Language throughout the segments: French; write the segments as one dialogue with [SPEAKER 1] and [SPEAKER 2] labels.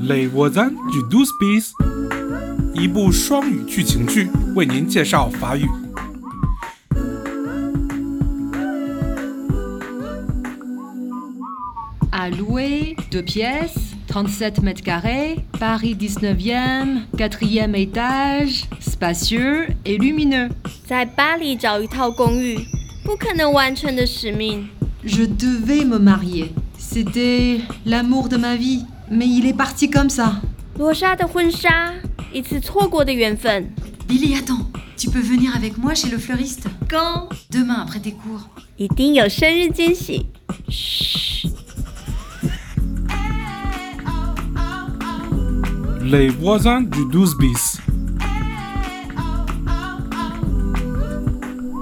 [SPEAKER 1] Les voisins du d o u s p i s 一部双语剧情剧，为您介绍法语。
[SPEAKER 2] À louer, deux pièces, 37 mètres carrés, Paris 19e, quatrième étage, spacieux et lumineux.
[SPEAKER 3] 在巴黎找一套公寓，不可能完成的使命。
[SPEAKER 2] Je devais me marier. C'était l'amour de ma vie. Mais il est parti comme ça.
[SPEAKER 3] 罗莎的婚纱，一次错过的缘分。
[SPEAKER 4] Lily, attends, tu peux venir avec moi chez le fleuriste
[SPEAKER 3] Quand
[SPEAKER 4] demain après tes cours.
[SPEAKER 3] 一定有生日惊喜。嘘，
[SPEAKER 1] Les voisins du 12 bis.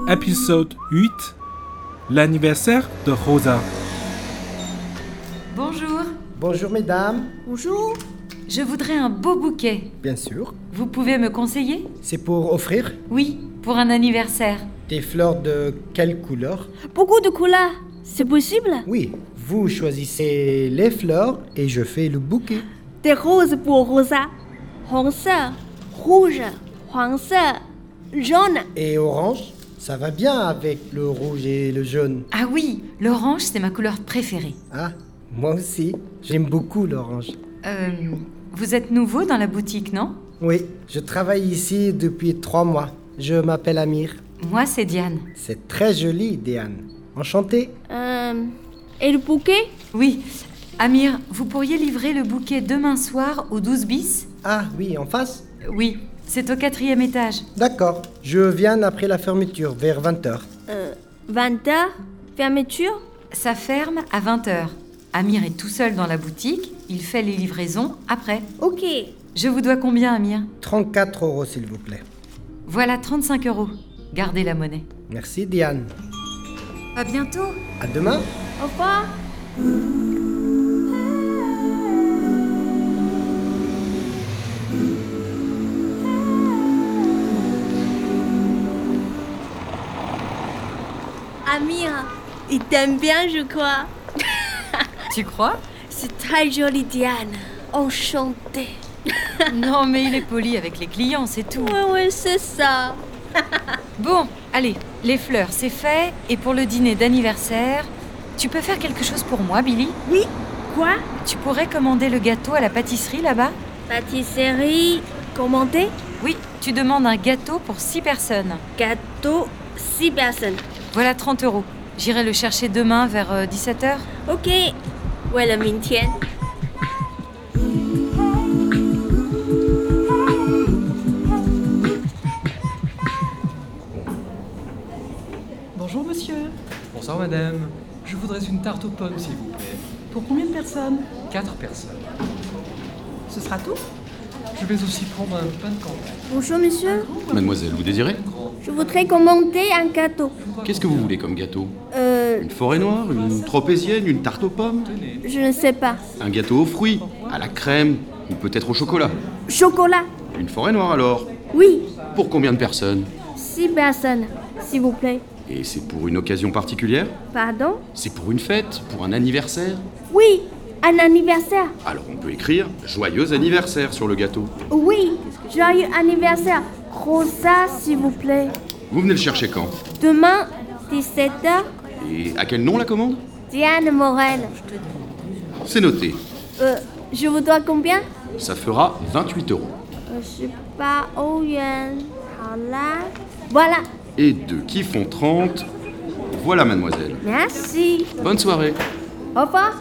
[SPEAKER 1] Épisode 8. L'anniversaire de Rosa.
[SPEAKER 4] Bonjour,
[SPEAKER 5] Bonjour mesdames.
[SPEAKER 4] je voudrais un beau bouquet.
[SPEAKER 5] Bien sûr.
[SPEAKER 4] Vous pouvez me conseiller
[SPEAKER 5] C'est pour offrir
[SPEAKER 4] Oui, pour un anniversaire.
[SPEAKER 5] des fleurs de quelle couleur
[SPEAKER 3] beaucoup de couleurs, c'est possible
[SPEAKER 5] Oui, vous choisissez les fleurs et je fais le bouquet.
[SPEAKER 3] Des roses pour Rosa，红色，rouge，黄色，jaune。
[SPEAKER 5] Et orange, ça va bien avec le rouge et le jaune.
[SPEAKER 4] Ah oui, l'orange, c'est ma couleur préférée.
[SPEAKER 5] Ah, moi aussi, j'aime beaucoup l'orange.
[SPEAKER 4] Euh, vous êtes nouveau dans la boutique, non
[SPEAKER 5] Oui, je travaille ici depuis trois mois. Je m'appelle Amir.
[SPEAKER 4] Moi, c'est Diane.
[SPEAKER 5] C'est très joli, Diane. Enchanté.
[SPEAKER 3] Euh, et le bouquet
[SPEAKER 4] Oui, Amir, vous pourriez livrer le bouquet demain soir au 12 bis
[SPEAKER 5] Ah oui, en face
[SPEAKER 4] Oui, c'est au quatrième étage.
[SPEAKER 5] D'accord, je viens après la fermeture, vers 20h.
[SPEAKER 3] Euh, 20h, fermeture
[SPEAKER 4] Ça ferme à 20h. Amir est tout seul dans la boutique, il fait les livraisons après.
[SPEAKER 3] Ok.
[SPEAKER 4] Je vous dois combien, Amir
[SPEAKER 5] 34 euros, s'il vous plaît.
[SPEAKER 4] Voilà 35 euros. Gardez la monnaie.
[SPEAKER 5] Merci, Diane.
[SPEAKER 4] À bientôt
[SPEAKER 5] À demain.
[SPEAKER 3] Au revoir. Amir, il t'aime bien, je crois.
[SPEAKER 4] Tu crois
[SPEAKER 3] C'est très joli, Diane. Enchantée.
[SPEAKER 4] Non, mais il est poli avec les clients, c'est tout.
[SPEAKER 3] Oui, oui, c'est ça.
[SPEAKER 4] Bon, allez, les fleurs, c'est fait. Et pour le dîner d'anniversaire, tu peux faire quelque chose pour moi, Billy
[SPEAKER 3] Oui, quoi
[SPEAKER 4] Tu pourrais commander le gâteau à la pâtisserie là-bas
[SPEAKER 3] Pâtisserie, commandée,
[SPEAKER 4] Oui, tu demandes un gâteau pour 6 personnes.
[SPEAKER 3] gâteau, 6 personnes.
[SPEAKER 4] Voilà 30 euros. J'irai le chercher demain vers euh, 17h.
[SPEAKER 3] OK，为了明天。
[SPEAKER 6] Bonjour monsieur,
[SPEAKER 7] Bonsoir madame, je voudrais une tarte aux pommes s'il vous plaît.
[SPEAKER 6] pour combien de personnes
[SPEAKER 7] Quatre personnes.
[SPEAKER 6] Ce sera tout
[SPEAKER 7] Je vais aussi prendre un pain de campagne.
[SPEAKER 3] Bonjour monsieur,
[SPEAKER 8] Mademoiselle, vous désirez
[SPEAKER 3] je voudrais commander un gâteau.
[SPEAKER 8] Qu'est-ce que vous voulez comme gâteau
[SPEAKER 3] Euh,
[SPEAKER 8] Une forêt noire, une tropézienne, une tarte aux pommes
[SPEAKER 3] je ne sais pas.
[SPEAKER 8] Un gâteau aux fruits, à la crème, ou peut-être au chocolat
[SPEAKER 3] Chocolat
[SPEAKER 8] Une forêt noire alors
[SPEAKER 3] Oui,
[SPEAKER 8] Pour combien de personnes
[SPEAKER 3] six personnes, s'il vous plaît.
[SPEAKER 8] Et c'est pour une occasion particulière
[SPEAKER 3] Pardon
[SPEAKER 8] C'est pour une fête Pour un anniversaire
[SPEAKER 3] Oui, un anniversaire.
[SPEAKER 8] Alors on peut écrire joyeux anniversaire sur le gâteau.
[SPEAKER 3] Oui, joyeux anniversaire. Rosa, s'il vous plaît.
[SPEAKER 8] Vous venez le chercher quand
[SPEAKER 3] Demain, 17h,
[SPEAKER 8] Et à quel nom la commande
[SPEAKER 3] Diane Morel.
[SPEAKER 8] C'est noté.
[SPEAKER 3] Euh, je vous dois combien Euh,
[SPEAKER 8] Ça fera 28 euros.
[SPEAKER 3] 28欧元。好啦，voilà,
[SPEAKER 8] Et deux qui font 30. Voilà mademoiselle.
[SPEAKER 3] merci.
[SPEAKER 8] Bonne soirée.
[SPEAKER 3] Au revoir.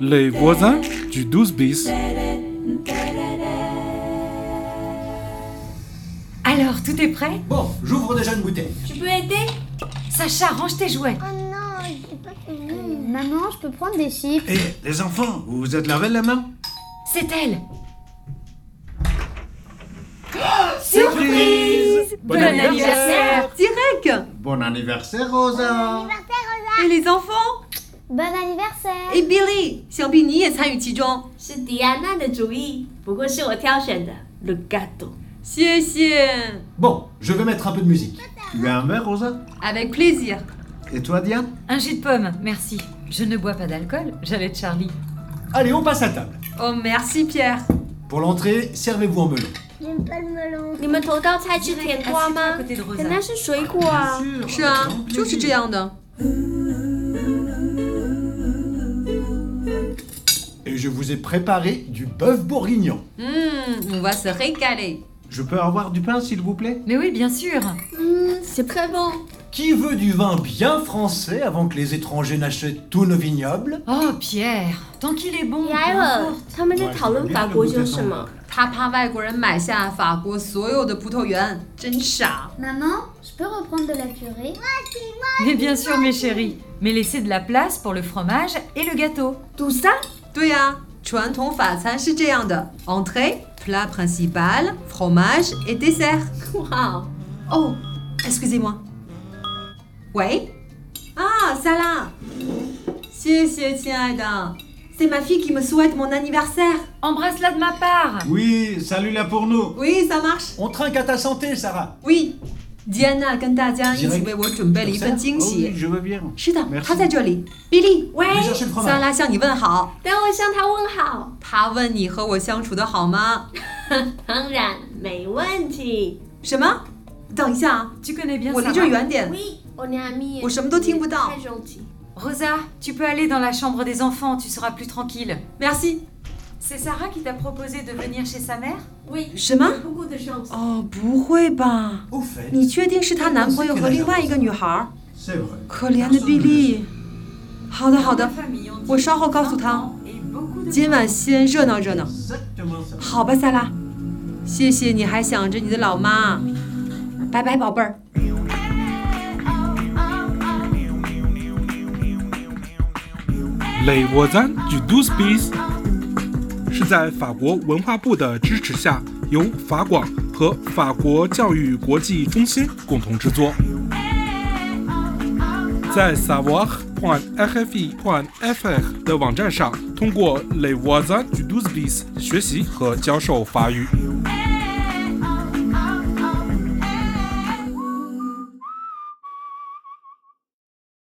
[SPEAKER 1] Les voisins du 12 bis.
[SPEAKER 4] Alors, tout est prêt
[SPEAKER 9] Bon, j'ouvre déjà une bouteille.
[SPEAKER 3] Tu peux aider
[SPEAKER 4] Sacha, range tes jouets.
[SPEAKER 10] Euh, Maman, je peux prendre des chiffres
[SPEAKER 9] Hé, les enfants, vous vous êtes lavé la main
[SPEAKER 4] C'est elle
[SPEAKER 9] Surprise Bon
[SPEAKER 4] anniversaire
[SPEAKER 9] Bon anniversaire, Rosa
[SPEAKER 2] Et les enfants
[SPEAKER 10] Bon anniversaire
[SPEAKER 2] Et Billy，想必你也参与其中。
[SPEAKER 11] 是迪安娜的主意，不过是我挑选的。Le gâteau。
[SPEAKER 2] 谢谢。
[SPEAKER 9] Bon, je vais mettre un peu de musique. Tu veux un verre, Rosa
[SPEAKER 2] Avec plaisir.
[SPEAKER 9] Et toi, Diane
[SPEAKER 4] Un jus de pomme, merci. Je ne bois pas d'alcool, j'allais de Charlie.
[SPEAKER 9] Allez, on passe à table.
[SPEAKER 2] Oh, merci Pierre.
[SPEAKER 9] Pour l'entrée, servez-vous en melon.
[SPEAKER 3] 你们头道菜吃甜瓜吗？可那是水果啊。
[SPEAKER 9] 嗯
[SPEAKER 2] 是啊，就是这
[SPEAKER 4] hein.
[SPEAKER 2] 样的。
[SPEAKER 9] Et je vous ai préparé du bœuf bourguignon.
[SPEAKER 2] 嗯，on va se régaler.
[SPEAKER 9] Je peux avoir du pain, s'il vous plaît
[SPEAKER 4] Mais oui, bien sûr.
[SPEAKER 11] 嗯
[SPEAKER 3] C'est très bon.
[SPEAKER 9] Qui veut du vin bien français avant que les étrangers n'achètent tous nos vignobles
[SPEAKER 4] Oh, Pierre, tant qu'il est bon.
[SPEAKER 3] 你来
[SPEAKER 11] 嗯
[SPEAKER 3] 了，他们在讨论法国酒什么？
[SPEAKER 2] 他怕外国人买下法国所有的葡萄园，真傻。
[SPEAKER 10] Maman, je peux reprendre de la purée
[SPEAKER 4] Mais bien sûr, mes chéris. Mais laissez de la place pour le fromage et le gâteau.
[SPEAKER 3] Tout ça?
[SPEAKER 2] 对呀、传统法餐是这样的：entrée, plat principal, fromage et dessert。哇 Oh, 哦，excusez-moi。喂，啊，萨拉，谢谢亲爱的，c'est ma fille qui me souhaite mon anniversaire。
[SPEAKER 4] Embrasse-la de ma part.
[SPEAKER 9] Oui, salut là pour nous.
[SPEAKER 2] Oui, ça marche。
[SPEAKER 9] On trinque à ta santé, Sarah.
[SPEAKER 2] Oui，吉安娜跟大家一起为我准备了一份惊
[SPEAKER 9] Oh oui,
[SPEAKER 2] 喜。
[SPEAKER 9] je veux bien.
[SPEAKER 2] 是的，
[SPEAKER 9] Merci
[SPEAKER 2] 她在这里。比利，喂
[SPEAKER 9] Je vais chercher le fromage
[SPEAKER 2] 萨拉向你问好。
[SPEAKER 3] 等我向他问好。
[SPEAKER 2] 他问你和我相处的好吗？
[SPEAKER 11] 当然没问题。
[SPEAKER 2] 什么？等一下啊，
[SPEAKER 4] Tu connais bien
[SPEAKER 2] 我
[SPEAKER 4] Sarah.
[SPEAKER 2] 离这远点。
[SPEAKER 3] Oui, on est amis.
[SPEAKER 2] 我什么都听不到
[SPEAKER 3] 太生气。
[SPEAKER 4] Rosa, tu peux aller dans la chambre des enfants, tu seras plus tranquille.
[SPEAKER 2] Merci。
[SPEAKER 4] C'est Sarah qui t'a proposé de venir chez sa mère
[SPEAKER 11] Oui.
[SPEAKER 2] 什么？
[SPEAKER 11] Beaucoup de chance.
[SPEAKER 2] 哦，不会吧？
[SPEAKER 9] Au fait,
[SPEAKER 2] 你确定是她男朋友和另外一个女孩儿？
[SPEAKER 9] c'est vrai.
[SPEAKER 2] 可怜的比利。好的，好的，我稍后告诉他。今晚先热闹热闹。
[SPEAKER 9] Exactement ça.
[SPEAKER 2] 好吧，萨拉，谢谢你还想着你的老妈。拜拜，宝贝儿。
[SPEAKER 1] Les voisins du douze bis 是在法国文化部的支持下，由法广和法国教育国际中心共同制作。在 E savoir.rfi.fr 的网站上，通过 Les voisins du douze bis 学习和教授法语。